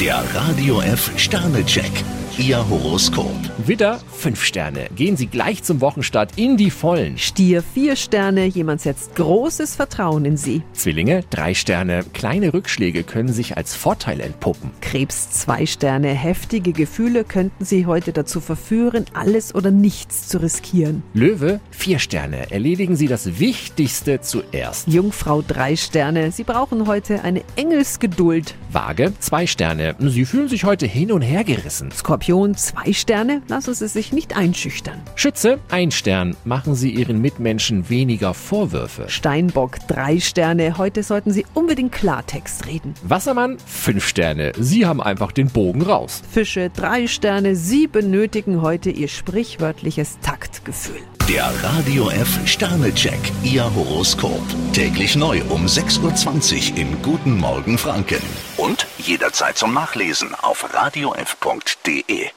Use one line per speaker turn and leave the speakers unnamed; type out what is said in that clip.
Der Radio F Sternecheck, Ihr Horoskop.
Widder, 5 Sterne. Gehen Sie gleich zum Wochenstart in die Vollen.
Stier vier Sterne, jemand setzt großes Vertrauen in Sie.
Zwillinge, 3 Sterne. Kleine Rückschläge können sich als Vorteil entpuppen.
Krebs zwei Sterne, heftige Gefühle könnten Sie heute dazu verführen, alles oder nichts zu riskieren.
Löwe, 4 Sterne. Erledigen Sie das Wichtigste zuerst.
Jungfrau drei Sterne, Sie brauchen heute eine Engelsgeduld.
Waage, 2 Sterne. Sie fühlen sich heute hin und her gerissen.
Skorpion zwei Sterne, lassen Sie sich nicht einschüchtern.
Schütze, 1 Stern. Machen Sie Ihren Mitmenschen weniger Vorwürfe.
Steinbock drei Sterne, heute sollten Sie unbedingt Klartext reden.
Wassermann, 5 Sterne. Sie haben einfach den Bogen raus.
Fische drei Sterne, Sie benötigen heute Ihr sprichwörtliches Taktgefühl.
Der Radio F Sternecheck, Ihr Horoskop. Täglich neu um 6.20 Uhr im Guten Morgen Franken. Und jederzeit zum Nachlesen auf radiof.de.